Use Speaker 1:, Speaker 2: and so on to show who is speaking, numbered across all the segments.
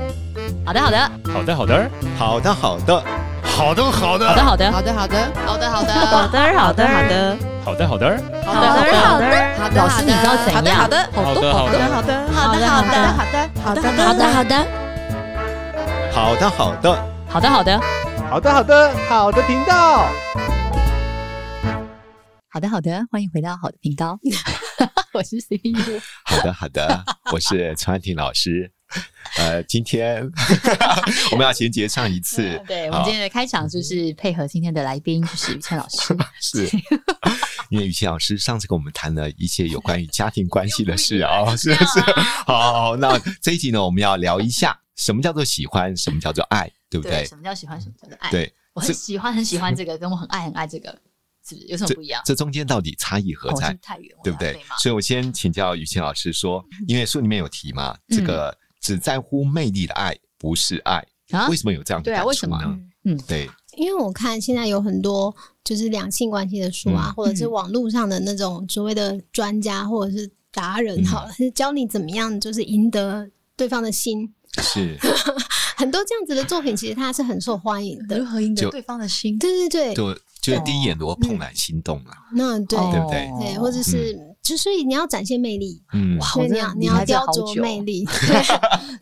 Speaker 1: 好的，好的，
Speaker 2: 好的，好的，好的，好的，好的，
Speaker 3: 好的，好的，好的，好的，好的
Speaker 4: 好的，好的，好的，好的，好的，好的，
Speaker 5: 好的，好的，
Speaker 6: 好的，好的，好的，
Speaker 3: 老师，你知道怎
Speaker 1: 好的，
Speaker 3: 样？
Speaker 1: 好的，
Speaker 3: 好的，
Speaker 4: 好
Speaker 3: 好
Speaker 4: 的
Speaker 3: 的，
Speaker 2: 好的，
Speaker 3: 好的，好的，
Speaker 6: 好的，好的，
Speaker 3: 好的，好的，好的，好
Speaker 5: 好的，好的，
Speaker 3: 的，
Speaker 7: 好的，好的，好的频道。
Speaker 3: 好的，好的，欢迎回到好的频道，我是 CPU。
Speaker 5: 好的，好的。我是陈安婷老师。呃，今天 我们要衔接上一次，
Speaker 3: 对，我们今天的开场就是配合今天的来宾，就是于谦老师。
Speaker 5: 是因为雨琦老师上次跟我们谈了一些有关于家庭关系的事 啊、
Speaker 3: 哦
Speaker 5: 是是。好好，那这一集呢，我们要聊一下什么叫做喜欢，什么叫做爱，对不对？
Speaker 3: 什么叫喜欢，什么叫做爱？，
Speaker 5: 对，
Speaker 3: 我很喜欢，很喜欢这个，跟我很爱，很爱这个，是不是有什么
Speaker 5: 这
Speaker 3: 不一样？
Speaker 5: 这中间到底差异何
Speaker 3: 哦
Speaker 5: 在
Speaker 3: 是？太远，我
Speaker 5: 对不
Speaker 3: 要
Speaker 5: 对
Speaker 3: 背吗？嗯
Speaker 5: 所以我先请教于谦老师说，因为书里面有提嘛，这个只在乎魅力的爱不是爱，
Speaker 3: 啊
Speaker 5: 为什么有这样的
Speaker 3: 对啊
Speaker 5: 感
Speaker 3: 为
Speaker 5: 触
Speaker 3: 什么
Speaker 5: 呢？
Speaker 3: 嗯
Speaker 5: 对，
Speaker 8: 因为我看现在有很多就是两性关系的书啊，
Speaker 5: 嗯
Speaker 8: 或者是网络上的那种所谓的专家或者是达人
Speaker 5: 嗯
Speaker 8: 好了，是教你怎么样就是赢得对方的心。
Speaker 5: 是，
Speaker 8: 很多这样子的作品，其实它是很受欢迎
Speaker 3: 如
Speaker 8: 的。
Speaker 3: 何赢
Speaker 5: 就
Speaker 3: 得对方的心？
Speaker 8: 对对对，
Speaker 5: 就就是第一眼如果怦然心动了，
Speaker 8: 那对、
Speaker 3: 哦
Speaker 5: 对不对
Speaker 8: 对，或者是、就所以你要展现魅力，
Speaker 5: 嗯，
Speaker 3: 嗯哇
Speaker 8: 所以你
Speaker 3: 我
Speaker 8: 要
Speaker 3: 真的
Speaker 8: 你
Speaker 3: 离
Speaker 8: 要
Speaker 3: 开这
Speaker 8: 雕
Speaker 3: 好
Speaker 8: 琢
Speaker 3: 久哦
Speaker 8: 魅 力。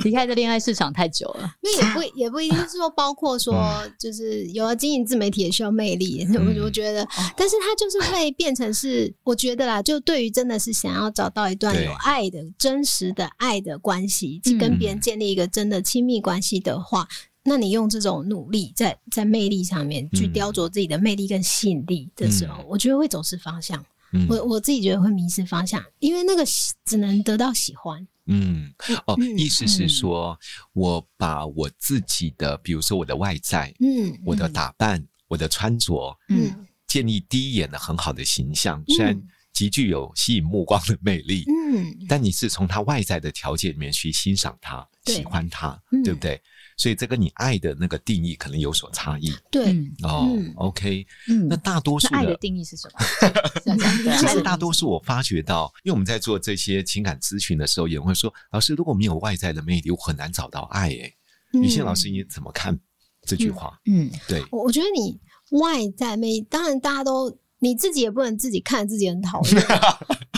Speaker 3: 离开这恋爱市场太久了，
Speaker 8: 那也不也不一定是说包括说，就是有了经营自媒体也需要魅力，
Speaker 5: 嗯
Speaker 8: 我我觉得，但是它就是会变成是，我觉得啦，就对于真的是想要找到一段
Speaker 5: 对
Speaker 8: 有爱的、真实的爱的关系，
Speaker 3: 嗯
Speaker 8: 跟别人建立一个真的亲密关系的话，那你用这种努力在在魅力上面去
Speaker 5: 嗯
Speaker 8: 雕琢自己的魅力跟吸引力的时候，
Speaker 5: 嗯
Speaker 8: 我觉得会走失方向。
Speaker 5: 嗯
Speaker 8: 我我自己觉得会迷失方向，因为那个喜只能得到喜欢。
Speaker 5: 嗯，哦，
Speaker 8: 嗯
Speaker 5: 意思是说我把我自己的，比如说我的外在、
Speaker 8: 嗯
Speaker 5: 我的打扮、我的穿着，
Speaker 3: 嗯，
Speaker 8: 嗯
Speaker 5: 建立第一眼的很好的形象，虽然极具有吸引目光的魅力，
Speaker 8: 嗯。
Speaker 5: 但你是从他外在的条件里面去欣赏他、
Speaker 8: 对
Speaker 5: 喜欢他，
Speaker 8: 嗯
Speaker 5: 对不对？所以这跟你爱的那个定义可能有所差异
Speaker 8: 对，
Speaker 3: 嗯
Speaker 5: 哦。
Speaker 8: 嗯
Speaker 5: OK，
Speaker 3: 嗯
Speaker 5: 那大多数
Speaker 3: 那爱的
Speaker 5: 的。
Speaker 3: 定义是什么？ 是要讲对
Speaker 5: 其
Speaker 3: 爱
Speaker 5: 实
Speaker 3: 的
Speaker 5: 大多数我发觉到，因为我们在做这些情感咨询的时候，有人会说：“老师，如果没有外在的魅力，我很难找到爱。”哎，
Speaker 8: 嗯
Speaker 5: 雨欣老师，你怎么看这句话？
Speaker 3: 嗯
Speaker 5: 对，
Speaker 8: 我我觉得你外在魅力，当然大家都你自己也不能自己看自己很讨 厌，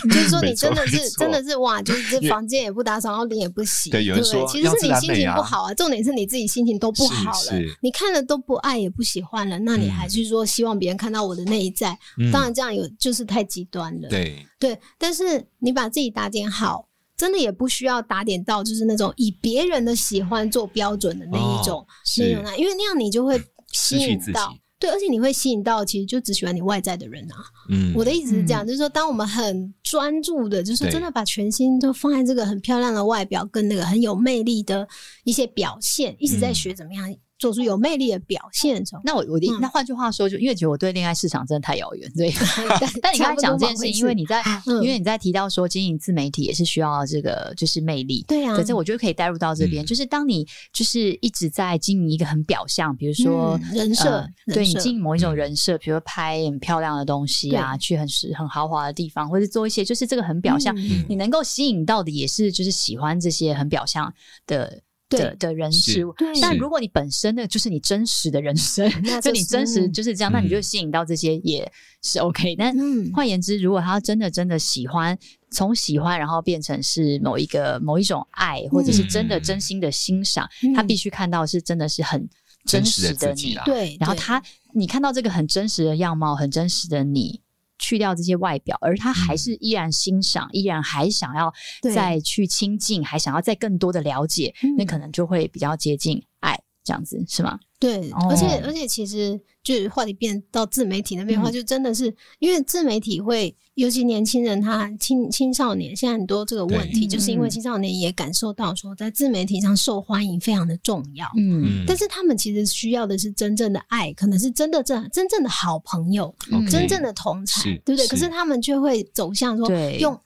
Speaker 8: 就是说你真的
Speaker 5: 没
Speaker 8: 是
Speaker 5: 错
Speaker 8: 真的是哇，就是
Speaker 5: 因为
Speaker 8: 这房间也不打扫，然后脸也不洗，
Speaker 5: 对
Speaker 8: 对
Speaker 5: 有
Speaker 8: 不
Speaker 5: 人
Speaker 8: 对？
Speaker 5: 说
Speaker 8: 其实是
Speaker 5: 要
Speaker 8: 你
Speaker 5: 自然
Speaker 8: 心
Speaker 5: 美
Speaker 8: 情
Speaker 5: 啊
Speaker 8: 不好啊，重点是你自己心情都不好了
Speaker 5: 是是，
Speaker 8: 你看了都不爱也不喜欢了，那你还是说希望别人看到我的内在？
Speaker 5: 嗯
Speaker 8: 当然这样有就是太极端了，
Speaker 5: 对，
Speaker 8: 对，但是你把自己打点好，真的也不需要打点到就是那种以别人的喜欢做标准的那一种、
Speaker 5: 哦是
Speaker 8: 那种那，因为那样你就会
Speaker 5: 失
Speaker 8: 吸
Speaker 5: 去
Speaker 8: 引
Speaker 5: 自己
Speaker 8: 到。对，而且你会吸引到，其实就只喜欢你外在的人啊。
Speaker 5: 嗯，
Speaker 8: 我的意思是这样，
Speaker 3: 嗯
Speaker 8: 就是说，当我们很专注的，就是
Speaker 5: 对
Speaker 8: 真的把全心都放在这个很漂亮的外表跟那个很有魅力的一些表现，一直在
Speaker 5: 嗯
Speaker 8: 学怎么样做出有魅力的表现的时候，
Speaker 3: 那我我的、
Speaker 8: 嗯
Speaker 3: 那换句话说，就因为觉得我对恋爱市场真的太遥远， 对。
Speaker 8: 但
Speaker 3: 但你刚才
Speaker 8: 差
Speaker 3: 讲这
Speaker 8: 不多
Speaker 3: 件
Speaker 8: 嘛
Speaker 3: 事，
Speaker 8: 回
Speaker 3: 因为
Speaker 8: 事
Speaker 3: 你在、
Speaker 8: 嗯
Speaker 3: 因为你在提到说经营自媒体也是需要这个就是魅力，
Speaker 8: 对啊
Speaker 3: 可是我觉得可以带入到这边，
Speaker 5: 嗯
Speaker 3: 就是当你就是一直在经营一个很表象，比如说、
Speaker 8: 嗯人设
Speaker 3: 呃
Speaker 8: 人
Speaker 3: 对你
Speaker 8: 设
Speaker 3: 经营某一种人设，比如说拍很漂亮的东西啊，去很时很豪华的地方，或者做一些就是这个很表象，
Speaker 8: 嗯
Speaker 3: 你能够吸引到的也是就是喜欢这些很表象的。
Speaker 8: 对
Speaker 3: 的的人
Speaker 5: 是
Speaker 3: 事物
Speaker 8: 对，
Speaker 3: 但
Speaker 5: 是
Speaker 3: 如果你本身的就是你真实的人生，
Speaker 8: 那
Speaker 3: 就
Speaker 8: 就
Speaker 3: 你
Speaker 8: 是
Speaker 3: 真实就是这样，那你就
Speaker 5: 嗯
Speaker 3: 吸引到这些也是 OK。但
Speaker 8: 嗯
Speaker 3: 换言之，如果他真的真的喜欢，从喜欢然后变成是某一个某一种爱，或者是真的
Speaker 5: 嗯
Speaker 3: 真心的欣赏，
Speaker 8: 嗯
Speaker 3: 他必须看到是真的是很真
Speaker 5: 真实
Speaker 3: 实
Speaker 5: 的
Speaker 3: 的
Speaker 5: 自己
Speaker 3: 你。
Speaker 5: 啦，
Speaker 8: 对，
Speaker 3: 然后
Speaker 8: 对
Speaker 3: 他，你看到这个很真实的样貌，很真实的你。去掉这些外表，而他还是依然欣赏，依然还想要
Speaker 8: 嗯对
Speaker 3: 再去亲近，还想要再更多的了解，
Speaker 8: 嗯
Speaker 3: 那可能就会比较接近爱这样子，是吗？
Speaker 8: 对，
Speaker 3: 哦
Speaker 8: 而且而且其实就是话题变到自媒体那边的话，
Speaker 3: 嗯
Speaker 8: 就真的是因为自媒体会，尤其年轻人他青青少年现在很多这个问题，
Speaker 3: 对嗯
Speaker 8: 就是因为青少年也感受到说，在自媒体上受欢迎非常的重要。
Speaker 3: 嗯，
Speaker 5: 嗯，
Speaker 8: 但是他们其实需要的是真正的爱，可能是真的正真正的好朋友，
Speaker 5: 嗯 OK
Speaker 8: 真正的同才
Speaker 5: 是，
Speaker 8: 对不
Speaker 5: 是
Speaker 8: 对？可是他们却会走向说
Speaker 3: 对
Speaker 8: 用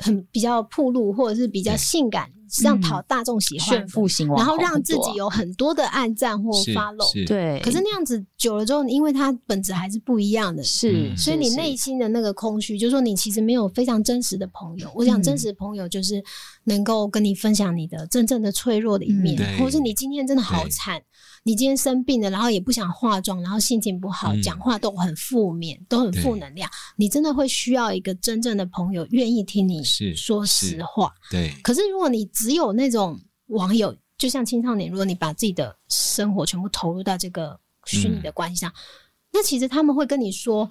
Speaker 8: 很比较铺路或者是比较
Speaker 5: 对
Speaker 8: 性感让讨大众喜欢的
Speaker 3: 嗯炫富型网
Speaker 8: 然
Speaker 3: 红
Speaker 8: 后
Speaker 3: 很多，
Speaker 8: 让自己有很多的暗赞或
Speaker 5: 啊是
Speaker 8: follow。
Speaker 5: 是，
Speaker 3: 对，
Speaker 8: 可是那样子久了之后，因为它本质还是不一样的，
Speaker 3: 是，
Speaker 5: 嗯
Speaker 8: 所以你
Speaker 3: 是
Speaker 8: 内心的那个空虚，就是说你其实没有非常真实的朋友。我想真
Speaker 5: 嗯
Speaker 8: 实的朋友就是能够跟你分享你的真正的脆弱的一面
Speaker 5: 嗯，对
Speaker 8: 或者是你今天真的好
Speaker 5: 对
Speaker 8: 惨，你今天生病了，然后也不想化妆，然后心情不好，
Speaker 5: 嗯
Speaker 8: 讲话都很负面，都很负
Speaker 5: 对
Speaker 8: 能量。你真的会需要一个真正的朋友，愿意听你
Speaker 5: 是
Speaker 8: 说
Speaker 5: 是
Speaker 8: 实话。
Speaker 5: 对，
Speaker 8: 可是如果你只有那种网友，就像青少年，如果你把自己的生活全部投入到这个虚拟的关系
Speaker 5: 嗯
Speaker 8: 上，那其实他们会跟你说。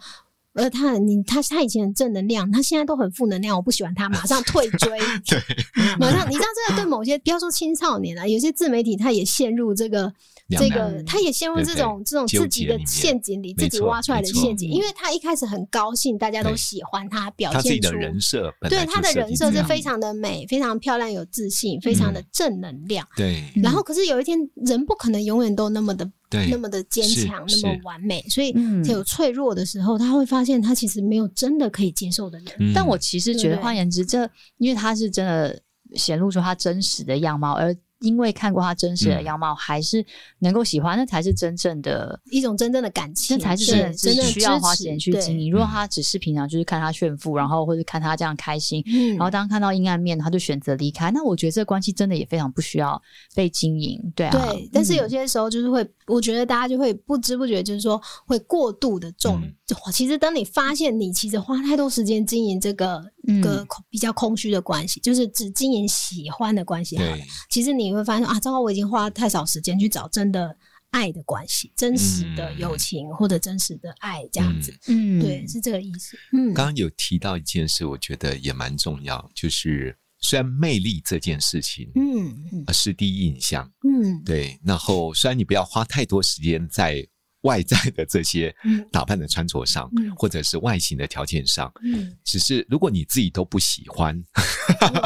Speaker 8: 呃，他你他他以前很正能量，他现在都很负能量，我不喜 欢他，马上退追，
Speaker 5: 对，
Speaker 8: 马上你知道这个对某些不要说青少年啊，有些自媒体他也陷入这个
Speaker 5: 两
Speaker 8: 这
Speaker 5: 难
Speaker 8: 个，他也陷入这种这种
Speaker 5: 纠
Speaker 8: 自己
Speaker 5: 结
Speaker 8: 的
Speaker 5: 里面
Speaker 8: 陷阱里，自
Speaker 5: 没
Speaker 8: 己
Speaker 5: 错
Speaker 8: 挖出来的
Speaker 5: 没错
Speaker 8: 陷阱，
Speaker 3: 嗯
Speaker 8: 因为他一开始很高兴，大家都
Speaker 5: 对
Speaker 8: 喜欢他，表
Speaker 5: 他自己
Speaker 8: 现
Speaker 5: 的
Speaker 8: 出
Speaker 5: 人设本来
Speaker 8: 对
Speaker 5: 就
Speaker 8: 她的
Speaker 5: 设
Speaker 8: 人
Speaker 5: 计
Speaker 8: 设
Speaker 5: 这
Speaker 8: 是
Speaker 5: 样嗯
Speaker 8: 非常的美，非常漂亮，有自信，非常的正能量。
Speaker 5: 对
Speaker 3: 嗯
Speaker 8: 然后，可是有一天，人不可能永远都那么的、
Speaker 5: 对
Speaker 8: 那么的坚强、
Speaker 5: 是
Speaker 8: 那
Speaker 5: 是
Speaker 8: 么完美，所以
Speaker 3: 嗯
Speaker 8: 有脆弱的时候，他会发现他其实没有真的可以接受的人。
Speaker 5: 嗯
Speaker 3: 但我其实觉
Speaker 8: 对
Speaker 3: 得，
Speaker 8: 不对
Speaker 3: 换言之，这因为他是真的显露出他真实的样貌，而因为看过他真实的
Speaker 5: 嗯
Speaker 3: 样貌，还是能够喜欢，那才是真正的，
Speaker 8: 一种真正的感情，
Speaker 3: 那才是
Speaker 8: 对
Speaker 3: 真的
Speaker 8: 真
Speaker 3: 支
Speaker 8: 正
Speaker 3: 持
Speaker 8: 的
Speaker 3: 需要
Speaker 8: 支
Speaker 3: 花
Speaker 8: 持
Speaker 3: 钱去
Speaker 8: 对
Speaker 3: 经营。如果他只是平常就是看他炫富，然后或者看他这样开心，
Speaker 8: 嗯
Speaker 3: 然后当看到阴暗面，他就选择离开，那我觉得这个关系真的也非常不需要被经营，对啊，
Speaker 8: 对，但是有
Speaker 3: 嗯
Speaker 8: 些时候就是会，我觉得大家就会不知不觉，就是说会过度的重。
Speaker 5: 嗯
Speaker 8: 其实当你发现你其实花太多时间经营这个、
Speaker 3: 嗯
Speaker 8: 个空比较空虚的关系，就是只经营喜欢的关系好了
Speaker 5: 对，
Speaker 8: 其实你会发现啊，糟糕，我已经花太少时间去找真的爱的关系、真实的
Speaker 5: 嗯
Speaker 8: 友情或者真实的爱这样子。
Speaker 3: 嗯
Speaker 8: 对，是这个意思。嗯，
Speaker 5: 刚刚有提到一件事，我觉得也蛮重要，就是虽然魅力这件事情
Speaker 8: 嗯嗯
Speaker 5: 呃是第一印象，
Speaker 8: 嗯
Speaker 5: 对，然后虽然你不要花太多时间在外在的这些
Speaker 8: 嗯
Speaker 5: 打扮的穿着上，
Speaker 8: 嗯
Speaker 5: 或者是外形的条件上，
Speaker 8: 嗯哦
Speaker 5: 只是如果你自己都不喜欢，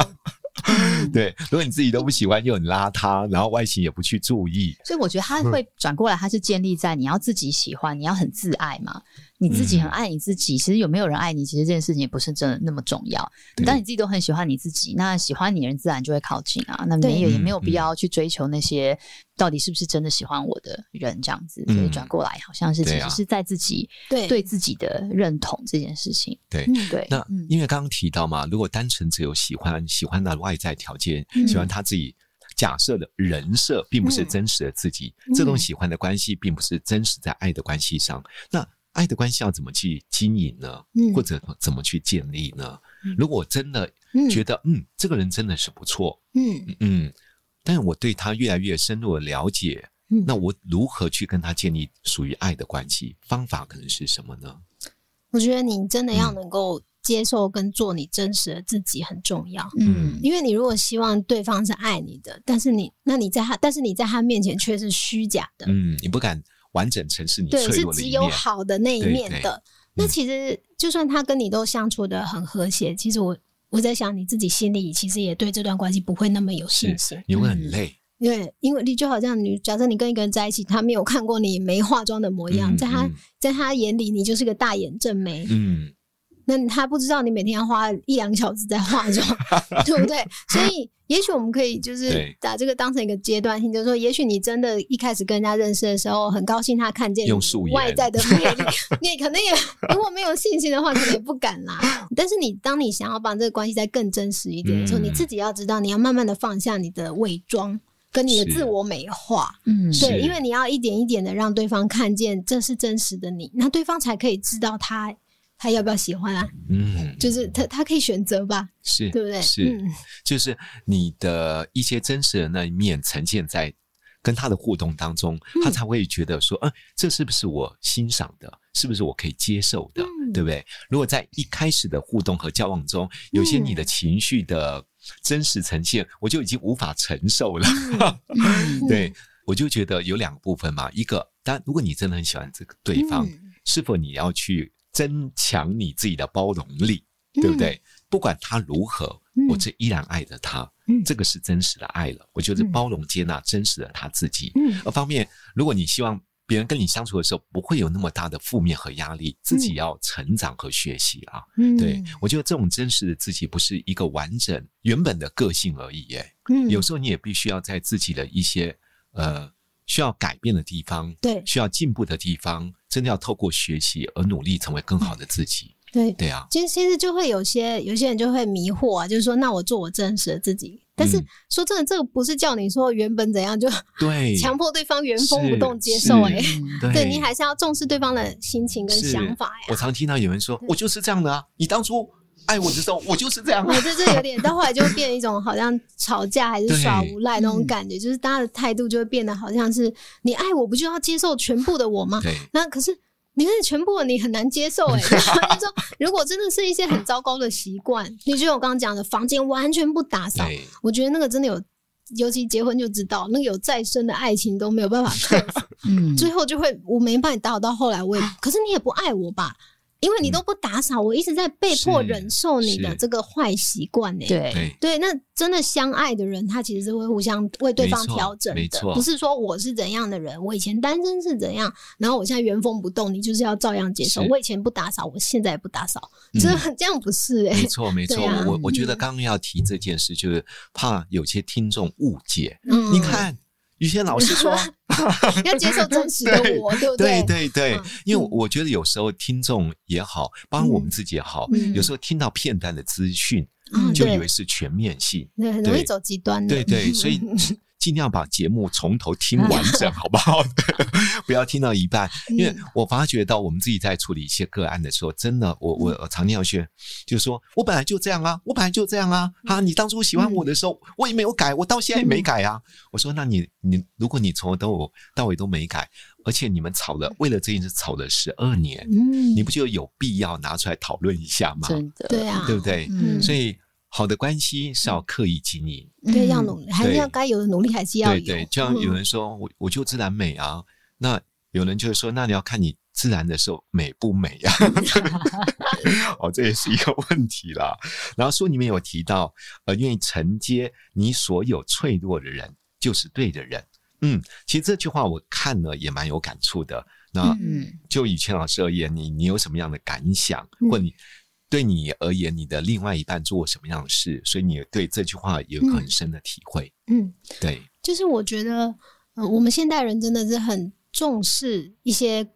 Speaker 5: 对，如果你自己都不喜欢又很邋遢，然后外形也不去注意，
Speaker 3: 所以我觉得
Speaker 5: 嗯
Speaker 3: 他会转过来，他是建立在你要自己喜欢，你要很自爱嘛，你自
Speaker 5: 嗯
Speaker 3: 己很爱你自己。其实有没有人爱你，其实这件事情也不是真的那么重要。
Speaker 5: 对
Speaker 3: 当你自己都很喜欢你自己，那喜欢你的人自然就会靠近啊。那
Speaker 8: 对
Speaker 3: 没有也
Speaker 5: 嗯
Speaker 3: 没有必要去追求那些到底是不是真的喜欢我的人这样子。
Speaker 5: 嗯
Speaker 3: 所以转过来好像是其
Speaker 5: 对啊
Speaker 3: 实是在自己
Speaker 8: 对
Speaker 3: 对自己的认同这件事情。
Speaker 5: 对
Speaker 8: 嗯
Speaker 3: 对，
Speaker 5: 那
Speaker 3: 嗯
Speaker 5: 因为刚刚提到嘛，如果单纯只有喜欢喜欢的外在条件，
Speaker 8: 嗯
Speaker 5: 喜欢他自己假设的人设，并不是真实的自己，
Speaker 8: 嗯
Speaker 5: 这种喜欢的关系，并不是真实在爱的关系上。那爱的关系要怎么去经营呢？
Speaker 8: 嗯
Speaker 5: 或者怎么去建立呢？
Speaker 3: 嗯
Speaker 5: 如果我真的
Speaker 8: 嗯
Speaker 5: 觉得，嗯，这个人真的是不错，
Speaker 8: 嗯
Speaker 5: 嗯，但我对他越来越深入的了解，
Speaker 8: 嗯
Speaker 5: 那我如何去跟他建立属于爱的关系？方法可能是什么呢？
Speaker 8: 我觉得你真的要
Speaker 5: 嗯
Speaker 8: 能够接受跟做你真实的自己很重要。
Speaker 3: 嗯
Speaker 8: 因为你如果希望对方是爱你的，但是你那你在他，但是你在他面前却是虚假的，
Speaker 5: 嗯，你不敢完整陈示你
Speaker 8: 对，
Speaker 5: 脆
Speaker 8: 是
Speaker 5: 弱的
Speaker 8: 只
Speaker 5: 一
Speaker 8: 有
Speaker 5: 面。
Speaker 8: 好的那一
Speaker 5: 对
Speaker 8: 面
Speaker 5: 对嗯
Speaker 8: 的。那其实就算他跟你都相处的很和谐，其实我我在想你自己心里其实也对这段关系不会那么有信心，
Speaker 5: 你会
Speaker 3: 嗯
Speaker 5: 很累，
Speaker 8: 因为因为你就好像你假设你跟一个人在一起，他没有看过你没化妆的模样，
Speaker 5: 嗯
Speaker 8: 在他
Speaker 5: 嗯
Speaker 8: 在他眼里你就是个大眼正妹，
Speaker 5: 嗯，
Speaker 8: 那他不知道你每天要花一两个小时在化 妆，对不对？所以，也许我们可以就是
Speaker 5: 对
Speaker 8: 把这个当成一个阶段性，就是说，也许你真的一开始跟人家认识的时候，很高兴他看见你
Speaker 5: 用素颜
Speaker 8: 外在的魅力， 你可能也如果没有信心的话，可能也不敢啦。但是你当你想要把这个关系再更真实一点的时候，
Speaker 5: 嗯
Speaker 8: 你自己要知道，你要慢慢的放下你的伪装跟你的
Speaker 5: 是
Speaker 8: 自我美化。
Speaker 3: 嗯
Speaker 5: 是
Speaker 8: 对，因为你要一点一点的让对方看见这是真实的你，那对方才可以知道他他要不要喜欢啊，
Speaker 5: 嗯，
Speaker 8: 就是他他可以选择吧，
Speaker 5: 是，
Speaker 8: 对不对？嗯
Speaker 5: 是，就是你的一些真实的那一面呈现在跟他的互动当中，他才会觉得说，嗯、这是不是我欣赏的？是不是我可以接受的？
Speaker 8: 嗯
Speaker 5: 对不对？如果在一开始的互动和交往中，有些
Speaker 8: 嗯
Speaker 5: 你的情绪的真实呈现，我就已经无法承受了。
Speaker 8: 嗯，
Speaker 5: 对，我就觉得有两个部分嘛，一个，当然，如果你真的很喜欢这个对方，
Speaker 8: 嗯
Speaker 5: 是否你要去增强你自己的包容力，对不对？不管他如何，
Speaker 8: 嗯
Speaker 5: 我这依然爱着他，
Speaker 8: 嗯
Speaker 5: 这个是真实的爱了。我就是
Speaker 8: 嗯
Speaker 5: 包容接纳真实的他自己。
Speaker 8: 嗯
Speaker 5: 二方面，如果你希望。别人跟你相处的时候不会有那么大的负面和压力，自己要成长和学习啊。
Speaker 8: 嗯，
Speaker 5: 对，我觉得这种真实的自己不是一个完整原本的个性而已，哎，
Speaker 8: 嗯，
Speaker 5: 有时候你也必须要在自己的一些呃需要改变的地方，
Speaker 8: 对
Speaker 5: 需要进步的地方，真的要透过学习而努力成为更好的自己。
Speaker 8: 对
Speaker 5: 对啊，
Speaker 8: 其实其实就会有些有些人就会迷惑啊，就是说，那我做我真实的自己。但是
Speaker 5: 嗯
Speaker 8: 说真的，这个不是叫你说原本怎样就
Speaker 5: 对，
Speaker 8: 强迫对方原封不动接
Speaker 5: 是
Speaker 8: 受、
Speaker 5: 是
Speaker 8: 欸，
Speaker 3: 嗯
Speaker 5: 对
Speaker 8: 对你还是要重视对方的心情跟
Speaker 5: 是
Speaker 8: 想法
Speaker 5: 我
Speaker 8: 呀。
Speaker 5: 常听到有人说，我就是这样的啊，你当初爱我的时候，我就是这样
Speaker 8: 我
Speaker 5: 啊。
Speaker 8: 哦这这有点，到后来就会变一种好像吵架还是
Speaker 5: 对
Speaker 8: 耍无赖那种
Speaker 3: 嗯
Speaker 8: 感觉，就是大家的态度就会变得好像是你爱我不就要接受全部的我吗？
Speaker 5: 对，
Speaker 8: 那可是你看全部你很难接受 哎、欸，然后就说如果真的是一些很糟糕的习惯，你就像我刚刚讲的，房间完全不打扫，
Speaker 5: 对，
Speaker 8: 我觉得那个真的有，尤其结婚就知道，那个有再深的爱情都没有办法克服，
Speaker 3: 嗯，
Speaker 8: 最后就会我没办法打扫，到后来我
Speaker 5: 啊
Speaker 8: 也，可是你也不爱我吧？因为你都不打扫，我一直在被
Speaker 5: 嗯
Speaker 8: 迫
Speaker 5: 是
Speaker 8: 忍受你的
Speaker 5: 是
Speaker 8: 这个坏习惯欸
Speaker 3: 嗯
Speaker 8: 呢。
Speaker 3: 对，
Speaker 5: 对，
Speaker 8: 对，那真的相爱的人，他其实是会互相为对方调整
Speaker 5: 没
Speaker 8: 的
Speaker 5: 错没，错
Speaker 8: 不是说我是怎样的人，我以前单身是怎样，然后我现在原封不动，你就是要照样接受
Speaker 5: 是。
Speaker 8: 我以前不打扫，我现在也不打扫，
Speaker 5: 嗯
Speaker 8: 这、这样不是哎、
Speaker 5: 没错，没错。
Speaker 8: 对啊
Speaker 5: 我我我觉
Speaker 8: 嗯
Speaker 5: 得刚刚要提这件事，就是怕有些听众误解。
Speaker 8: 嗯
Speaker 5: 你看，于谦老师说，
Speaker 8: 要接受真实的我，对不
Speaker 5: 对
Speaker 8: 对？
Speaker 5: 对对
Speaker 8: 嗯，
Speaker 5: 因为我觉得有时候听众也好，包括我们自己也好，
Speaker 8: 嗯
Speaker 5: 有时候听到片段的资讯，
Speaker 8: 嗯
Speaker 5: 就
Speaker 8: 对嗯
Speaker 5: 以为是全面性。
Speaker 8: 对，很容易
Speaker 5: 对
Speaker 8: 走极端的。
Speaker 5: 对 对，所以尽量把节目从头听完整，好不好？ 不要听到一半，因为
Speaker 8: 嗯
Speaker 5: 我发觉到我们自己在处理一些个案的时候，真的，我
Speaker 3: 嗯
Speaker 5: 我我常要学，就是说我本来就这样啊，我本来就这样啊，啊，你当初喜欢我的时候，
Speaker 3: 嗯
Speaker 5: 我也没有改，我到现在也没改啊。我说，那你你如果你从头到尾到尾都没改，而且你们吵了，为了这件事吵了十二年，
Speaker 8: 嗯
Speaker 5: 你不就有必要拿出来讨论一下
Speaker 3: 嗯
Speaker 5: 吗？
Speaker 3: 真的，
Speaker 8: 对啊，
Speaker 5: 对不对？
Speaker 3: 嗯
Speaker 5: 所以好的关系是要刻意经营。
Speaker 8: 对，要
Speaker 3: 嗯
Speaker 8: 努力，还是要该有的努力，还是要
Speaker 5: 对
Speaker 8: 有。嗯
Speaker 5: 对，就像有人说、我我就自然美啊，那有人就会说，那你要看你自然的时候美不美啊？ 哦，这也是一个问题啦。然后书里面有提到，呃，愿意承接你所有脆弱的人，就是对的人。嗯，其实这句话我看了也蛮有感触的。那
Speaker 3: 嗯
Speaker 5: 就以钱老师而言，你你有什么样的感想，
Speaker 8: 嗯
Speaker 5: 或你对你而言，你的另外一半做过什么样的事，所以你对这句话有一个很深的体会。
Speaker 8: 嗯，
Speaker 5: 对，
Speaker 8: 就是我觉得，呃，我们现代人真的是很重视一些，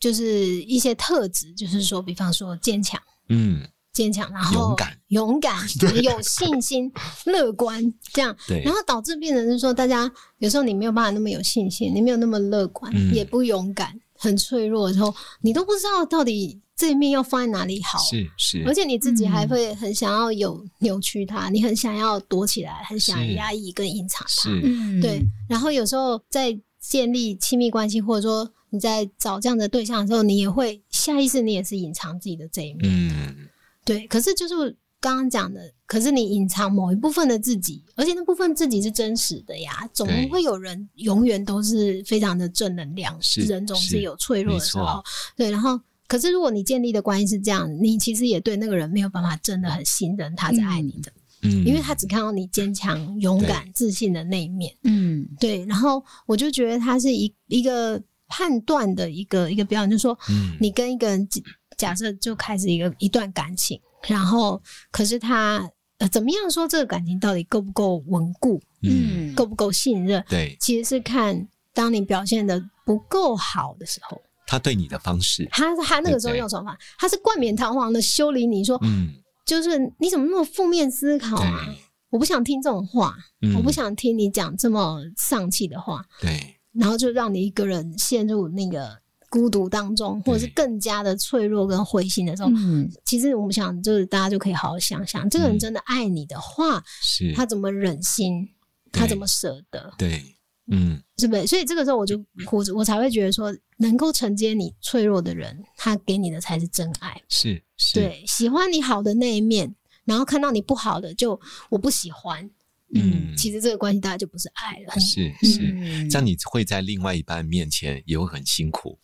Speaker 8: 就是一些特质，就是说，比方说坚强、
Speaker 5: 嗯，
Speaker 8: 坚强，然后
Speaker 5: 勇敢、
Speaker 8: 勇敢、 有信心、乐观，这样，
Speaker 5: 对，
Speaker 8: 然后导致变成是说，大家有时候你没有办法那么有信心，你没有那么乐观，
Speaker 5: 嗯
Speaker 8: 也不勇敢，很脆弱的时候，你都不知道到底这一面要放在哪里好。
Speaker 5: 是是，
Speaker 8: 而且你自己还会很想要有扭曲它，你很想要躲起来，很想
Speaker 5: 是
Speaker 8: 压抑跟隐藏它。
Speaker 5: 是
Speaker 3: 嗯，
Speaker 8: 对，然后有时候在建立亲密关系，或者说你在找这样的对象的时候，你也会下意识你也是隐藏自己的这一面。
Speaker 5: 嗯，
Speaker 8: 对，可是就是刚刚讲的，可是你隐藏某一部分的自己，而且那部分自己是真实的呀。总
Speaker 5: 对
Speaker 8: 会有人永远都是非常的正能量，
Speaker 5: 是
Speaker 8: 人总
Speaker 5: 是
Speaker 8: 是有脆弱
Speaker 5: 没
Speaker 8: 的时
Speaker 5: 错
Speaker 8: 候。对，然后。可是，如果你建立的关系是这样，你其实也对那个人没有办法真的很信任他在爱你的，
Speaker 5: 嗯，
Speaker 8: 因为他只看到你坚强、勇
Speaker 5: 对
Speaker 8: 敢、自信的那一面。
Speaker 3: 嗯
Speaker 8: 对，然后我就觉得它是一一个判断的一个一个标准，就是说
Speaker 5: 嗯
Speaker 8: 你跟一个人假假设就开始一个一段感情，然后可是他呃怎么样说这个感情到底够不够稳固，
Speaker 5: 嗯，
Speaker 8: 够不够信任，
Speaker 5: 对
Speaker 8: 其实是看当你表现的不够好的时候，
Speaker 5: 他对你的方式，
Speaker 8: 他他那个时候
Speaker 5: 对对
Speaker 8: 用什么方法？他是冠冕堂皇的修理你说，
Speaker 5: 嗯，
Speaker 8: 就是你怎么那么负面思考
Speaker 5: 对
Speaker 8: 啊？我不想听这种话，
Speaker 5: 嗯
Speaker 8: 哦我不想听你讲这么丧气的话。
Speaker 5: 对
Speaker 8: 然后就让你一个人陷入那个孤独当中，或者是更加的脆弱跟灰心的时候。
Speaker 3: 嗯
Speaker 8: 其实我们想，就是大家就可以好好想想，这个
Speaker 5: 嗯
Speaker 8: 人真的爱你的话，
Speaker 5: 是，
Speaker 8: 他怎么忍心，
Speaker 5: 对
Speaker 8: 他怎么舍得，
Speaker 5: 对，嗯，
Speaker 8: 是不是？所以这个时候，我就我我才会觉得说，能够承接你脆弱的人，他给你的才是真爱。
Speaker 5: 是是，
Speaker 8: 对，喜欢你好的那一面，然后看到你不好的就我不喜欢，
Speaker 5: 嗯，
Speaker 8: 其实这个关系大家就不是爱 了，很
Speaker 5: 是是，
Speaker 3: 嗯，
Speaker 5: 这样你会在另外一半面前也会很辛苦，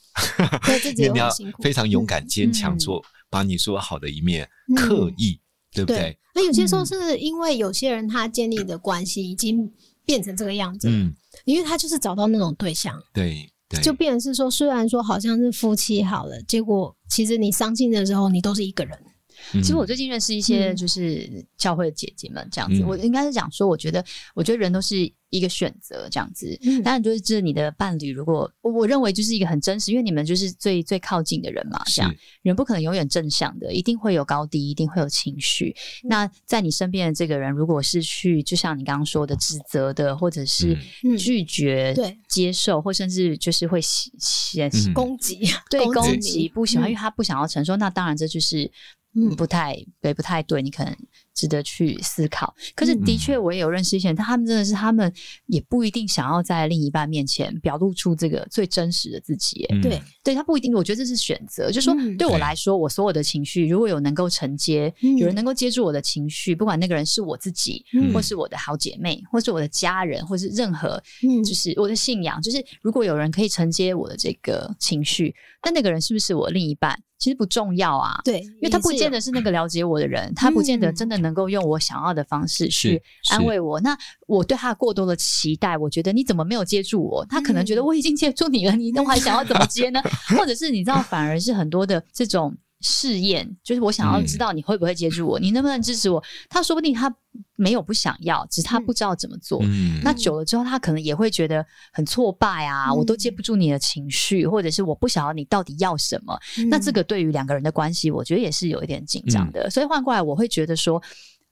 Speaker 8: 对自己
Speaker 5: 因为
Speaker 8: 也
Speaker 5: 你
Speaker 8: 很
Speaker 5: 要
Speaker 8: 辛苦，
Speaker 5: 非常勇敢、坚强，
Speaker 3: 嗯
Speaker 5: 做把你所有好的一面
Speaker 8: 嗯
Speaker 5: 刻意，对不对
Speaker 8: 对？，那有些
Speaker 3: 嗯
Speaker 8: 时候是因为有些人他建立的关系已经变成这个样子，
Speaker 5: 嗯，
Speaker 8: 因为他就是找到那种对象，
Speaker 5: 对，对，
Speaker 8: 就变成是说，虽然说好像是夫妻好了，结果其实你伤心的时候，你都是一个人。
Speaker 5: 嗯
Speaker 3: 其实我最近认识一些
Speaker 8: 嗯
Speaker 3: 就是教会的姐姐们这样子，
Speaker 5: 嗯
Speaker 3: 我应该是讲说，我觉得我觉得人都是一个选择这样子。
Speaker 8: 嗯
Speaker 3: 当然，就是这你的伴侣，如果我我认为就是一个很真实，因为你们就是最最靠近的人嘛，这样
Speaker 5: 是
Speaker 3: 人不可能永远正向的，一定会有高低，一定会有情绪。
Speaker 8: 嗯
Speaker 3: 那在你身边的这个人，如果是去就像你刚刚说的指责的，或者是
Speaker 5: 嗯
Speaker 8: 嗯
Speaker 3: 拒绝
Speaker 8: 对
Speaker 3: 接受，或甚至就是会喜喜
Speaker 5: 嗯
Speaker 8: 攻击，
Speaker 3: 对
Speaker 8: 攻击
Speaker 3: 攻
Speaker 8: 你
Speaker 3: 击不喜欢，
Speaker 8: 嗯
Speaker 3: 因为他不想要承受，那当然这就是。嗯，不太对，不太对，你可能值得去思考。可是的
Speaker 8: 嗯
Speaker 3: 确，我也有认识一些人，但他们真的是，他们也不一定想要在另一半面前表露出这个最真实的自己。
Speaker 5: 嗯
Speaker 8: 对
Speaker 3: 对他不一定，我觉得这是选择。就说
Speaker 8: 嗯
Speaker 3: 对我
Speaker 5: 对
Speaker 3: 来说，我所有的情绪，如果有能够承接，
Speaker 8: 嗯
Speaker 3: 有人能够接住我的情绪，不管那个人是我自己，
Speaker 8: 嗯
Speaker 3: 或是我的好姐妹，或是我的家人，或是任何，
Speaker 8: 嗯
Speaker 3: 就是我的信仰，就是如果有人可以承接我的这个情绪，但那个人是不是我另一半，其实不重要啊。
Speaker 8: 对，
Speaker 3: 因为他不
Speaker 8: 也是
Speaker 3: 见得是那个了解我的人，他不见得
Speaker 8: 嗯
Speaker 3: 真的能够用我想要的方式去
Speaker 5: 是是
Speaker 3: 安慰我。那我对他过多的期待，我觉得你怎么没有接住我？他可能觉得
Speaker 8: 嗯
Speaker 3: 我已经接住你了，你那我还想要怎么接 呢？或者是你知道，反而是很多的这种试验，就是我想要
Speaker 8: 嗯
Speaker 3: 知道你会不会接住我，你能不能支持我？他说不定他没有不想要，只是他不知道怎么做。
Speaker 5: 嗯
Speaker 3: 那久了之后，他可能也会觉得很挫败啊，
Speaker 8: 嗯
Speaker 3: 我都接不住你的情绪，或者是我不晓得你到底要什么。
Speaker 8: 有
Speaker 3: 那这个对于两个人的关系，我觉得也是有一点紧张
Speaker 8: 嗯
Speaker 3: 的。所以换过来，我会觉得说，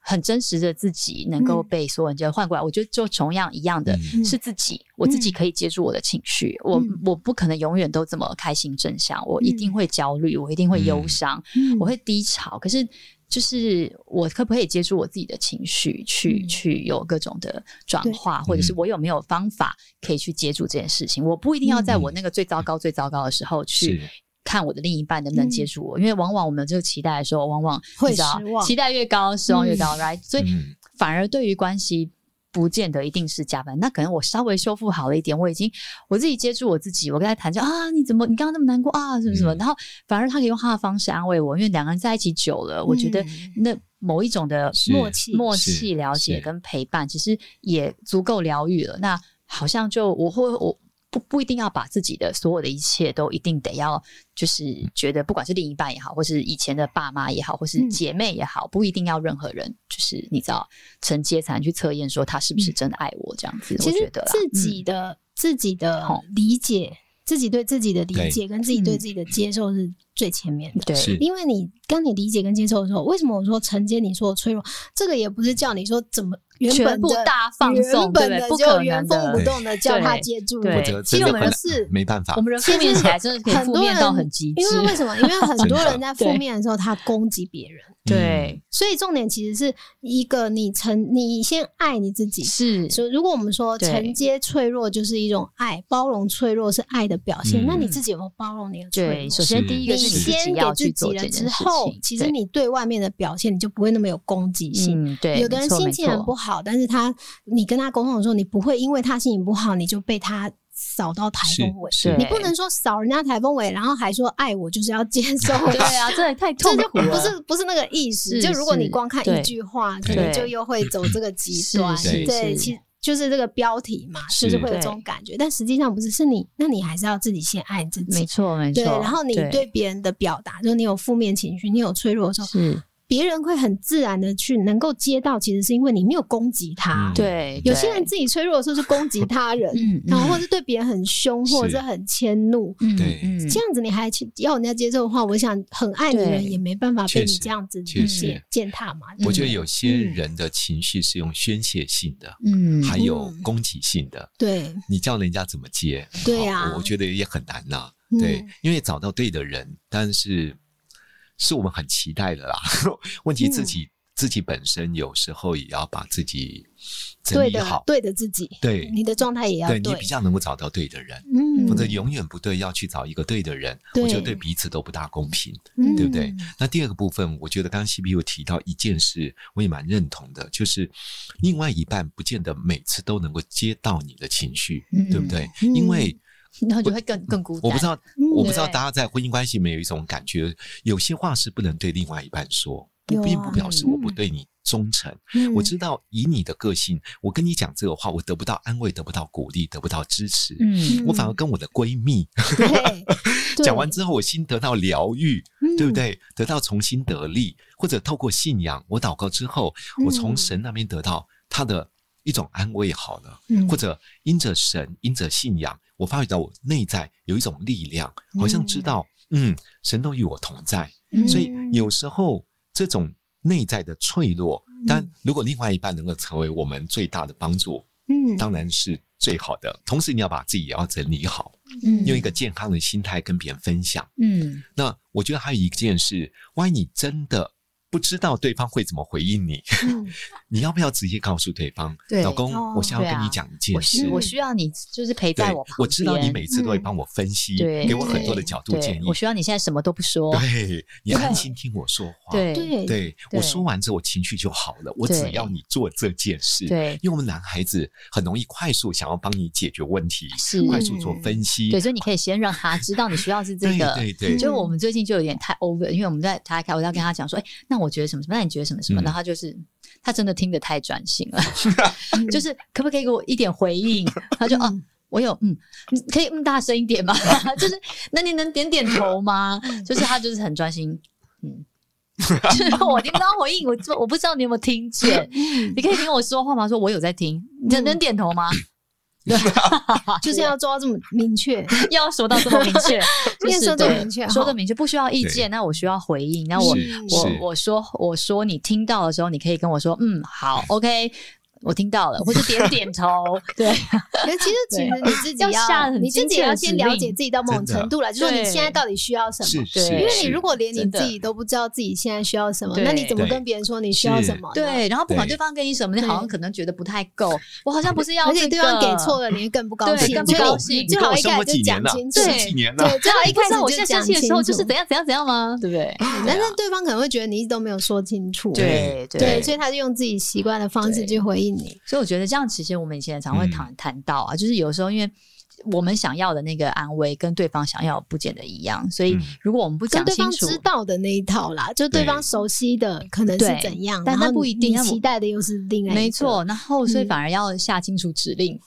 Speaker 3: 很真实的自己能够
Speaker 8: 嗯
Speaker 3: 被所有人接受。换过来，我觉得就同样一样的、
Speaker 5: 嗯
Speaker 3: 是自己，我自己可以接住我的情绪。
Speaker 8: 嗯
Speaker 3: 我我不可能永远都这么开心正向，我一定会焦虑，我一定会忧伤，
Speaker 8: 嗯
Speaker 3: 我会低潮。可是。就是我可不可以接住我自己的情绪，去、
Speaker 8: 嗯
Speaker 3: 去有各种的转
Speaker 8: 对
Speaker 3: 化，或者是
Speaker 5: 嗯
Speaker 3: 我有没有方法可以去接住这件事情？我不一定要在
Speaker 8: 嗯
Speaker 3: 我那个最糟糕、最糟糕的时候去
Speaker 5: 是
Speaker 3: 看我的另一半能不
Speaker 8: 嗯
Speaker 3: 能接住我，因为往往我们有这个期待的时候，往往
Speaker 8: 会
Speaker 3: 你知道啊
Speaker 8: 失望
Speaker 3: 期待越高，失望越高、r i g h t 所以、
Speaker 5: 嗯
Speaker 3: 反而对于关系。不见得一定是加班，那可能我稍微修复好了一点，我已经我自己接住我自己，我跟他谈就啊，你怎么你刚刚那么难过啊，什么什么，
Speaker 5: 嗯
Speaker 3: 然后反而他可以用他的方式安慰我，因为两个人在一起久了，我觉得
Speaker 8: 嗯
Speaker 3: 那某一种的
Speaker 5: 是默
Speaker 8: 契
Speaker 3: 默
Speaker 5: 是
Speaker 3: 契、了解
Speaker 5: 是
Speaker 3: 跟陪伴，其实也足够疗愈了。那好像就我会我。不不一定要把自己的所有的一切都一定得要，就是觉得不管是另一半也好，或是以前的爸妈也好，或是
Speaker 8: 嗯
Speaker 3: 姐妹也好，不一定要任何人，就是你知道承接才能去测验说他是不是真的爱我这样子。
Speaker 8: 嗯其
Speaker 3: 我觉
Speaker 8: 实
Speaker 3: 得啦嗯
Speaker 8: 自己的、自己的
Speaker 3: 好
Speaker 8: 理解，自己对自己的理
Speaker 5: 对
Speaker 8: 解跟自己对
Speaker 3: 嗯
Speaker 8: 自己的接受是最前面
Speaker 3: 嗯
Speaker 8: 的。
Speaker 3: 对
Speaker 5: 是
Speaker 8: 因为你当你理解跟接受的时候，为什么我说承接你说的脆弱？这个也不是叫你说怎么原
Speaker 3: 全
Speaker 8: 本
Speaker 3: 部
Speaker 8: 的
Speaker 3: 大放
Speaker 8: 原
Speaker 3: 纵，对
Speaker 8: 本
Speaker 3: 不对？
Speaker 8: 的
Speaker 3: 不
Speaker 8: 就
Speaker 3: 可能
Speaker 8: 原封不
Speaker 3: 的。
Speaker 8: 动的叫他
Speaker 3: 对
Speaker 8: 接住，
Speaker 3: 对
Speaker 5: 或者
Speaker 8: 其
Speaker 5: 真
Speaker 8: 实
Speaker 5: 的
Speaker 8: 我们
Speaker 5: 很
Speaker 8: 的是
Speaker 5: 没办法
Speaker 3: 我，们人负面起来真的可以
Speaker 8: 很
Speaker 3: 负
Speaker 8: 多
Speaker 3: 面到
Speaker 8: 人
Speaker 3: 很极致
Speaker 8: 因，为为什么？因为很
Speaker 5: 真
Speaker 8: 多
Speaker 5: 的
Speaker 8: 人在负
Speaker 3: 对
Speaker 8: 面的时候，他攻击别人，
Speaker 5: 嗯
Speaker 3: 对，
Speaker 8: 所以重点其实是一个你承，你先爱你自己。
Speaker 3: 是
Speaker 8: 所以，如果我们说
Speaker 3: 对
Speaker 8: 承接脆弱就是一种爱，包容脆弱是爱的表现，
Speaker 5: 嗯
Speaker 8: 那你自己有没有包容你的脆弱？
Speaker 3: 对，首先
Speaker 5: 是
Speaker 3: 第一
Speaker 8: 你
Speaker 3: 个是你自己
Speaker 8: 先
Speaker 3: 要
Speaker 8: 给
Speaker 3: 去
Speaker 8: 自
Speaker 3: 做
Speaker 8: 己
Speaker 3: 这
Speaker 8: 了
Speaker 3: 件事
Speaker 8: 之
Speaker 3: 情。
Speaker 8: 后，其实
Speaker 3: 对
Speaker 8: 你对外面的表现，你就不会那么有攻击性。
Speaker 3: 嗯，对，
Speaker 8: 有的人
Speaker 3: 没错
Speaker 8: 心情很不，好，但是他你跟他沟通的时候，你不会因为他心情不好，你就被他扫到台
Speaker 5: 是
Speaker 8: 风尾。
Speaker 5: 是
Speaker 8: 你不能说扫人家台风尾，然后还说爱我就是要 接受。
Speaker 3: 没错对啊，这也太
Speaker 8: 这
Speaker 3: 痛
Speaker 8: 就
Speaker 3: 苦了，
Speaker 8: 不是不是那个意思，
Speaker 3: 是
Speaker 8: 就如果你
Speaker 3: 是
Speaker 8: 光看
Speaker 3: 对
Speaker 8: 一句话，可
Speaker 5: 对
Speaker 8: 能就又会走这个极
Speaker 3: 是
Speaker 8: 端。
Speaker 3: 是
Speaker 8: 对，
Speaker 3: 是
Speaker 8: 其就是这个标题嘛，就是是会有这种
Speaker 3: 对
Speaker 8: 感觉，但实际上不是，是你，那你还是要自己先爱自
Speaker 3: 没
Speaker 8: 己。
Speaker 3: 错没错。
Speaker 8: 对，然后你对
Speaker 3: 对
Speaker 8: 别人的表达，就是你有负面情绪，你有脆弱的时候，
Speaker 3: 是，
Speaker 8: 别人会很自然的去能够接到，其实是因为你没有攻击他
Speaker 5: 嗯。
Speaker 3: 对
Speaker 8: 有些人
Speaker 3: 对
Speaker 8: 自己脆弱的时候是攻击他人，
Speaker 3: 嗯，
Speaker 8: 然
Speaker 3: 嗯
Speaker 8: 后或是对别人很凶，
Speaker 5: 嗯是
Speaker 8: 或者是很迁怒，
Speaker 3: 嗯
Speaker 5: 对
Speaker 3: 嗯
Speaker 8: 这样子你还去要人家接受的话，我想很爱你的人
Speaker 3: 对
Speaker 8: 也没办法被
Speaker 5: 确
Speaker 8: 你
Speaker 5: 实
Speaker 8: 这样子
Speaker 5: 确
Speaker 3: 实
Speaker 8: 践践踏嘛。
Speaker 5: 我觉得有些
Speaker 8: 嗯
Speaker 5: 人的情绪是用宣泄性的，
Speaker 3: 嗯
Speaker 5: 还有
Speaker 8: 嗯
Speaker 5: 攻击性的，
Speaker 8: 对
Speaker 5: 你叫人家怎么接？
Speaker 8: 对
Speaker 5: 好
Speaker 8: 啊
Speaker 5: 我我觉得也很难呐、
Speaker 8: 嗯
Speaker 5: 对，因为找到对的人，但是是我们很期待的啦。 问题
Speaker 8: 嗯
Speaker 5: 自己、自己本身有时候也要把自己整
Speaker 8: 对
Speaker 5: 理
Speaker 8: 的
Speaker 5: 好，
Speaker 8: 对的自己，
Speaker 5: 对
Speaker 8: 你的状态也要
Speaker 5: 对你比较能够找到对的人。
Speaker 8: 嗯
Speaker 5: 或者永远不对，要去找一个对的人，
Speaker 8: 对
Speaker 5: 我觉得对彼此都不大公平，
Speaker 8: 嗯
Speaker 5: 对不对？那第二个部分，我觉得刚刚 C P U 提到一件事，我也蛮认同的，就是另外一半不见得每次都能够接到你的情绪，
Speaker 3: 嗯
Speaker 5: 对不对？
Speaker 8: 嗯
Speaker 5: 因为
Speaker 3: 然后就会更更孤单。
Speaker 5: 我不知道，
Speaker 8: 嗯
Speaker 5: 我不知道
Speaker 3: 对
Speaker 5: 大家在婚姻关系里面有一种感觉，有些话是不能对另外一半说，
Speaker 8: 有
Speaker 5: 不
Speaker 8: 啊
Speaker 5: 并不表示我不对你忠诚。
Speaker 8: 嗯
Speaker 5: 我知道以你的个性，我跟你讲这个话，我得不到安慰，得不到鼓励，得不到支持。
Speaker 3: 嗯，
Speaker 5: 我反而跟我的闺蜜
Speaker 8: 对
Speaker 5: 讲完之后，我心得到疗愈，
Speaker 8: 嗯
Speaker 5: 对不对？得到重新得力，或者透过信仰，我祷告之后，我从
Speaker 8: 嗯
Speaker 5: 神那边得到他的一种安慰，好了，
Speaker 8: 嗯
Speaker 5: 或者因着神，因着信仰，我发觉到我内在有一种力量，好像知道，嗯，神都与我同在。
Speaker 8: 嗯
Speaker 5: 所以有时候这种内在的脆弱，
Speaker 8: 嗯
Speaker 5: 但如果另外一半能够成为我们最大的帮助，
Speaker 8: 嗯
Speaker 5: 当然是最好的。同时，你要把自己也要整理好，
Speaker 8: 嗯
Speaker 5: 用一个健康的心态跟别人分享。
Speaker 3: 嗯
Speaker 5: 那我觉得还有一件事，万一你真的不知道对方会怎么回应你，
Speaker 8: 嗯
Speaker 5: 你要不要直接告诉对方？
Speaker 3: 对
Speaker 5: 老公
Speaker 8: 哦，
Speaker 5: 我想要
Speaker 3: 对
Speaker 5: 跟你
Speaker 3: 啊
Speaker 5: 讲一
Speaker 3: 我
Speaker 5: 件
Speaker 3: 需
Speaker 5: 事。
Speaker 3: 我需要你就是陪
Speaker 5: 对
Speaker 3: 在我旁边，，嗯
Speaker 5: 我知道你每次都会帮我分析，
Speaker 3: 对
Speaker 5: 给我很多的角度
Speaker 3: 对
Speaker 5: 建议
Speaker 3: 我。需要你现在什么都不说，
Speaker 5: 对你安心听我说话。
Speaker 3: 对
Speaker 8: 对
Speaker 5: 对
Speaker 3: 对
Speaker 5: 我说完之后，我情绪就好了。我只
Speaker 3: 对
Speaker 5: 要你做这件事。
Speaker 3: 对
Speaker 5: 因为我们男孩子很容易快速想要帮你解决问题，
Speaker 3: 是
Speaker 5: 快速做分析。
Speaker 3: 对，所以你可以先让他知道你需要是这
Speaker 5: 对
Speaker 3: 个，
Speaker 5: 对对
Speaker 3: 就我们最近就有点太 over，因为我们在他开，我要跟他讲说，哎、那我觉得什么什么，那你觉得什么什么，
Speaker 5: 嗯
Speaker 3: 然后他就是他真的听得太专心 了，就是可不可以给我一点回应？他就哦。我有嗯，你可以嗯大声一点吗？ 就是那你能点点头吗？就是他就是很专心，嗯， 就是我听不到回应，我就我不知道你有没有听见，你可以听我说话吗？说我有在听，你能能点头吗？
Speaker 8: 就是
Speaker 3: 啊
Speaker 8: 要做到这么明确，
Speaker 3: 要说到这么明确，就
Speaker 8: 要
Speaker 3: 是
Speaker 8: 说得
Speaker 3: 对
Speaker 8: 明确
Speaker 3: 说
Speaker 8: 哈
Speaker 3: 的明确，不需要意见，那我需要回应， 那我
Speaker 5: 是
Speaker 3: 我
Speaker 5: 是
Speaker 3: 我说我说你听到的时候，你可以跟我说，嗯， 好，OK，我听到了，或者点点头， 对，
Speaker 8: 可是其实其实你自己
Speaker 3: 要下很
Speaker 8: 你自己
Speaker 3: 精确的
Speaker 8: 要先
Speaker 3: 指
Speaker 8: 了
Speaker 3: 令
Speaker 8: 解自己到某种
Speaker 5: 真的
Speaker 8: 程度了，就说你
Speaker 3: 对
Speaker 8: 现在到底需要什
Speaker 5: 是。
Speaker 8: 么
Speaker 5: 是，
Speaker 3: 对
Speaker 8: 因为
Speaker 5: 是
Speaker 8: 你如果连你
Speaker 3: 真的
Speaker 8: 自己都不知道自己现在需要什么，
Speaker 3: 对
Speaker 8: 那你怎么
Speaker 5: 对
Speaker 8: 跟别人说你需要
Speaker 5: 是
Speaker 8: 什么？，
Speaker 3: 对，然后不管
Speaker 5: 对
Speaker 3: 对方给你什么，你好像
Speaker 8: 对
Speaker 3: 可能觉得不太够，我好像不是要
Speaker 8: 而且
Speaker 3: 这
Speaker 8: 对方
Speaker 3: 个
Speaker 8: 给错，了，你会更不高
Speaker 3: 对
Speaker 8: 兴，
Speaker 3: 更不
Speaker 8: 所以
Speaker 3: 高
Speaker 8: 你
Speaker 3: 兴
Speaker 8: 最
Speaker 5: 你跟
Speaker 8: 好
Speaker 5: 我
Speaker 8: 一
Speaker 5: 生
Speaker 8: 开
Speaker 5: 活
Speaker 8: 始就
Speaker 5: 几年
Speaker 8: 讲
Speaker 5: 了
Speaker 8: 清？楚。
Speaker 5: 这几年了，
Speaker 8: 对， 最好一
Speaker 3: 不
Speaker 8: 开
Speaker 3: 知道
Speaker 8: 始
Speaker 3: 我
Speaker 8: 就
Speaker 3: 现在
Speaker 8: 讲
Speaker 3: 生气的时候就是
Speaker 8: 清楚
Speaker 3: 怎样怎样怎样吗？对不对？
Speaker 8: 但是对方可能会觉得你一直都没有说清楚。
Speaker 3: 啊对
Speaker 8: 对，所以他就用自己习惯的方式
Speaker 3: 对
Speaker 8: 去回应你。
Speaker 3: 所以我觉得这样，其实我们以前常会谈谈到啊，就是有时候因为我们想要的那个安慰跟对方想要不见得一样，所以
Speaker 5: 嗯
Speaker 3: 如果我们不
Speaker 8: 跟
Speaker 3: 讲
Speaker 8: 对
Speaker 3: 清
Speaker 8: 方
Speaker 3: 楚，
Speaker 8: 知道的那一套啦，就对
Speaker 5: 对
Speaker 8: 方熟悉的可能是
Speaker 3: 对
Speaker 8: 怎样，
Speaker 3: 但
Speaker 8: 然后
Speaker 3: 那不
Speaker 8: 你
Speaker 3: 一定
Speaker 8: 你
Speaker 3: 那我
Speaker 8: 期待的又是另外一个
Speaker 3: 没错，，然后所以
Speaker 8: 嗯
Speaker 3: 反而要下清楚指 令，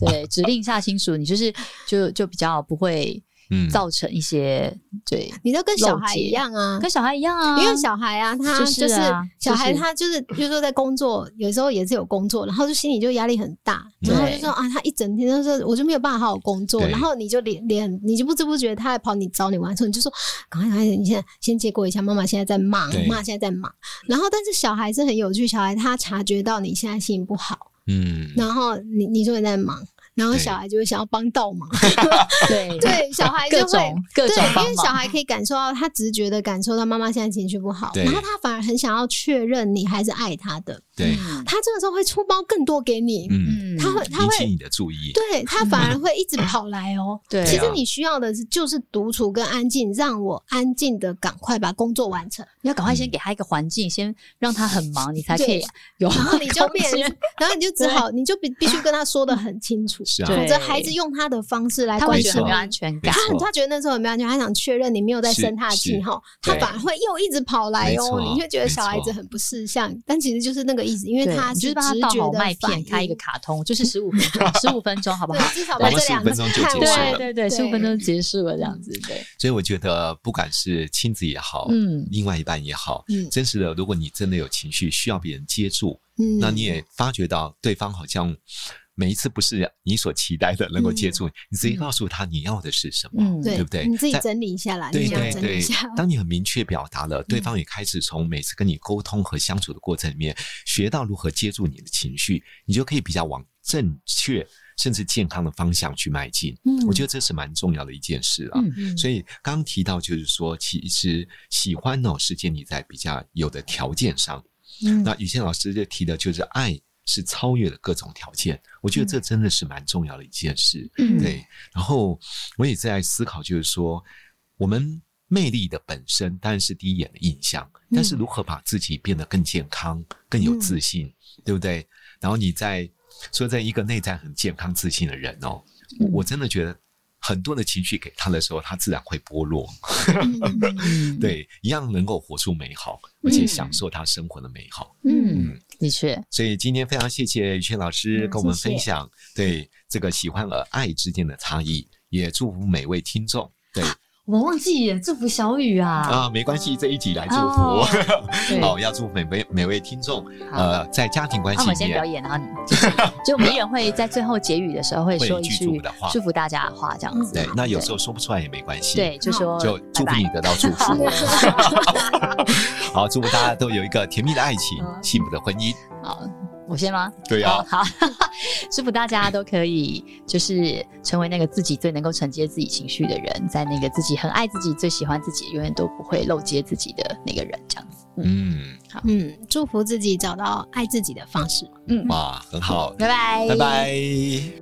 Speaker 3: 对，指令下清楚，你就是就就比较不会
Speaker 5: 嗯
Speaker 3: 造成一些、对，
Speaker 8: 你都跟小
Speaker 3: 漏
Speaker 8: 孩
Speaker 3: 接
Speaker 8: 一样啊，
Speaker 3: 跟小孩一样啊，
Speaker 8: 因为小孩啊，他
Speaker 3: 就是
Speaker 8: 就是
Speaker 3: 啊
Speaker 8: 小孩，
Speaker 3: 就是
Speaker 8: 他就是就是说在工作，有时候也是有工作，然后就心里就压力很大，
Speaker 5: 对
Speaker 8: 然后就说啊，他一整天都说我就没有办法好好工作，
Speaker 5: 对
Speaker 8: 然后你就连连你就不知不觉他还跑你找你玩的时候，你就说赶快赶快，你现在先接过一下，妈妈现在在忙
Speaker 5: 对，
Speaker 8: 妈妈现在在忙。然后但是小孩是很有趣，小孩他察觉到你现在心情不好，
Speaker 5: 嗯，
Speaker 8: 然后你你说你在忙，然后
Speaker 5: 对
Speaker 8: 小孩就会想要帮倒忙，
Speaker 3: 对
Speaker 8: 对，小孩就
Speaker 3: 各
Speaker 8: 会
Speaker 3: 种各种
Speaker 8: 对，
Speaker 3: 帮
Speaker 8: 因为
Speaker 3: 忙
Speaker 8: 小孩可以感受到，他直觉的感受到妈妈现在情绪不好，
Speaker 5: 对
Speaker 8: 然后他反而很想要确认你还是爱他的，
Speaker 5: 对，
Speaker 8: 他这个时候会出包更多给你，
Speaker 5: 嗯，
Speaker 3: 嗯，
Speaker 8: 他会他
Speaker 5: 引起
Speaker 8: 会
Speaker 5: 你的嗯注意，
Speaker 8: 对他反而会一直跑来哦。
Speaker 3: 对
Speaker 8: 其
Speaker 3: 啊
Speaker 8: 实你需要的是就是独处跟安静，让我安静的赶快把工作完成，
Speaker 3: 你要赶快
Speaker 5: 嗯
Speaker 3: 先给他一个环境，先让他很忙，你才可以
Speaker 8: 对
Speaker 3: 有
Speaker 8: 然后你就
Speaker 3: 空
Speaker 8: 变
Speaker 3: 间，
Speaker 8: 然后你就只好你就必必须跟他说的很清楚，
Speaker 5: 是
Speaker 3: 对
Speaker 5: 啊，
Speaker 8: 否则孩子用他的方式来
Speaker 3: 他会
Speaker 8: 关
Speaker 3: 觉得
Speaker 8: 心
Speaker 3: 很没
Speaker 8: 你
Speaker 3: 有。安全感
Speaker 5: 没。
Speaker 8: 他
Speaker 5: 错
Speaker 8: 他觉得那时候很没安全，他想确认你没有在生他的气
Speaker 5: 是
Speaker 8: 哈，
Speaker 5: 是
Speaker 8: 他反而会又一直跑来
Speaker 5: 没
Speaker 8: 哦，
Speaker 5: 错
Speaker 8: 你会觉得小孩子很不识相，但其实就是那个意思，因为
Speaker 3: 对
Speaker 8: 他
Speaker 3: 你就是
Speaker 8: 直
Speaker 3: 帮他
Speaker 8: 觉
Speaker 3: 倒
Speaker 8: 的
Speaker 3: 好麦
Speaker 8: 反
Speaker 3: 片，
Speaker 8: 应
Speaker 3: 开一个卡通，就是十五分钟， 十五分钟好不好？
Speaker 8: 对，至少把
Speaker 5: 我
Speaker 8: 这
Speaker 5: 们
Speaker 8: 两
Speaker 5: 15
Speaker 8: 个
Speaker 5: 分钟就
Speaker 8: 看
Speaker 5: 结束
Speaker 8: 完
Speaker 5: 了
Speaker 3: 对对对，十五分钟就结束了这样子，对，
Speaker 5: 所以我觉得不管是亲子也好，
Speaker 3: 嗯
Speaker 5: 另外一半也好，
Speaker 8: 嗯
Speaker 5: 真实的，如果你真的有情绪需要别人接住，
Speaker 8: 嗯
Speaker 5: 那你也发觉到对方好像每一次不是你所期待的能够接住，你直接告诉他你要的是什么，
Speaker 3: 嗯
Speaker 8: 嗯对
Speaker 5: 对不对？
Speaker 8: 你自己
Speaker 5: 在
Speaker 8: 整理一下啦，
Speaker 5: 对
Speaker 8: 你要
Speaker 5: 对
Speaker 8: 整理一
Speaker 5: 对
Speaker 8: 下。，嗯
Speaker 5: 当你很明确表达了，对方也开始从每次跟你沟通和相处的过程里面，学到如何接住你的情绪，你就可以比较往正确甚至健康的方向去迈进。
Speaker 8: 嗯
Speaker 5: 我觉得这是蛮重要的一件事啊。
Speaker 3: 嗯
Speaker 8: 嗯
Speaker 5: 所以刚刚提到，就是说，其实喜欢呢是建立在比较有的条件上。
Speaker 8: 嗯
Speaker 5: 那雨倩老师就提的，就是爱是超越了各种条件。我
Speaker 8: 嗯
Speaker 5: 觉得这真的是蛮重要的一件事。
Speaker 3: 嗯
Speaker 5: 对，然后我也在思考，就是说，我们魅力的本身当然是第一眼的印象，但
Speaker 3: 嗯
Speaker 5: 是如何把自己变得更健康、更有自信，对不对？
Speaker 3: 嗯
Speaker 5: 然后你在说，在一个内在很健康、自信的人哦，我我真的觉得很多的情绪给他的时候，他自然会剥落。
Speaker 3: 嗯，
Speaker 5: 对，一样能够活出美好，而且享受他生活的美好。
Speaker 3: 嗯，的确，
Speaker 5: 所以今天非常谢谢于谦老师
Speaker 8: 嗯
Speaker 5: 跟我们
Speaker 8: 谢谢
Speaker 5: 分享对这个喜欢和爱之间的差异，也祝福每位听众。对
Speaker 3: 我们忘记祝福小雨啊，
Speaker 5: 啊，没关系，这一集来祝
Speaker 3: 哦
Speaker 5: 福。
Speaker 3: 对
Speaker 5: 好，要祝福每位每位听众，
Speaker 3: 好
Speaker 5: 呃，在家庭关
Speaker 3: 那我
Speaker 5: 系
Speaker 3: 们
Speaker 5: 里
Speaker 3: 先表
Speaker 5: 面
Speaker 3: 演，然后你 就是就我们一人会在最后结语的时候会
Speaker 5: 会
Speaker 3: 说一
Speaker 5: 一句
Speaker 3: 句
Speaker 5: 祝福的话
Speaker 3: 祝福大家的话，这样子。
Speaker 5: 对，那有时
Speaker 3: 候
Speaker 5: 候说不出来也没关系。
Speaker 3: 对，就说
Speaker 5: 就祝
Speaker 3: 拜
Speaker 5: 福
Speaker 3: 拜
Speaker 5: 你得到祝
Speaker 8: 嗯
Speaker 5: 福。 好，祝福大家都有一个甜蜜的爱情，
Speaker 3: 嗯
Speaker 5: 幸福的婚姻。
Speaker 3: 好，我先吗？
Speaker 5: 对啊
Speaker 3: 哦，好，祝福大家都可以就是成为那个自己最能够承接自己情绪的人，在那个自己很爱自己、最喜欢自己、永远都不会漏接自己的那个人，这样子。
Speaker 5: 嗯，
Speaker 8: 嗯，祝福自己找到爱自己的方式。
Speaker 3: 嗯，
Speaker 5: 哇，很好，
Speaker 3: 拜拜，
Speaker 5: 拜拜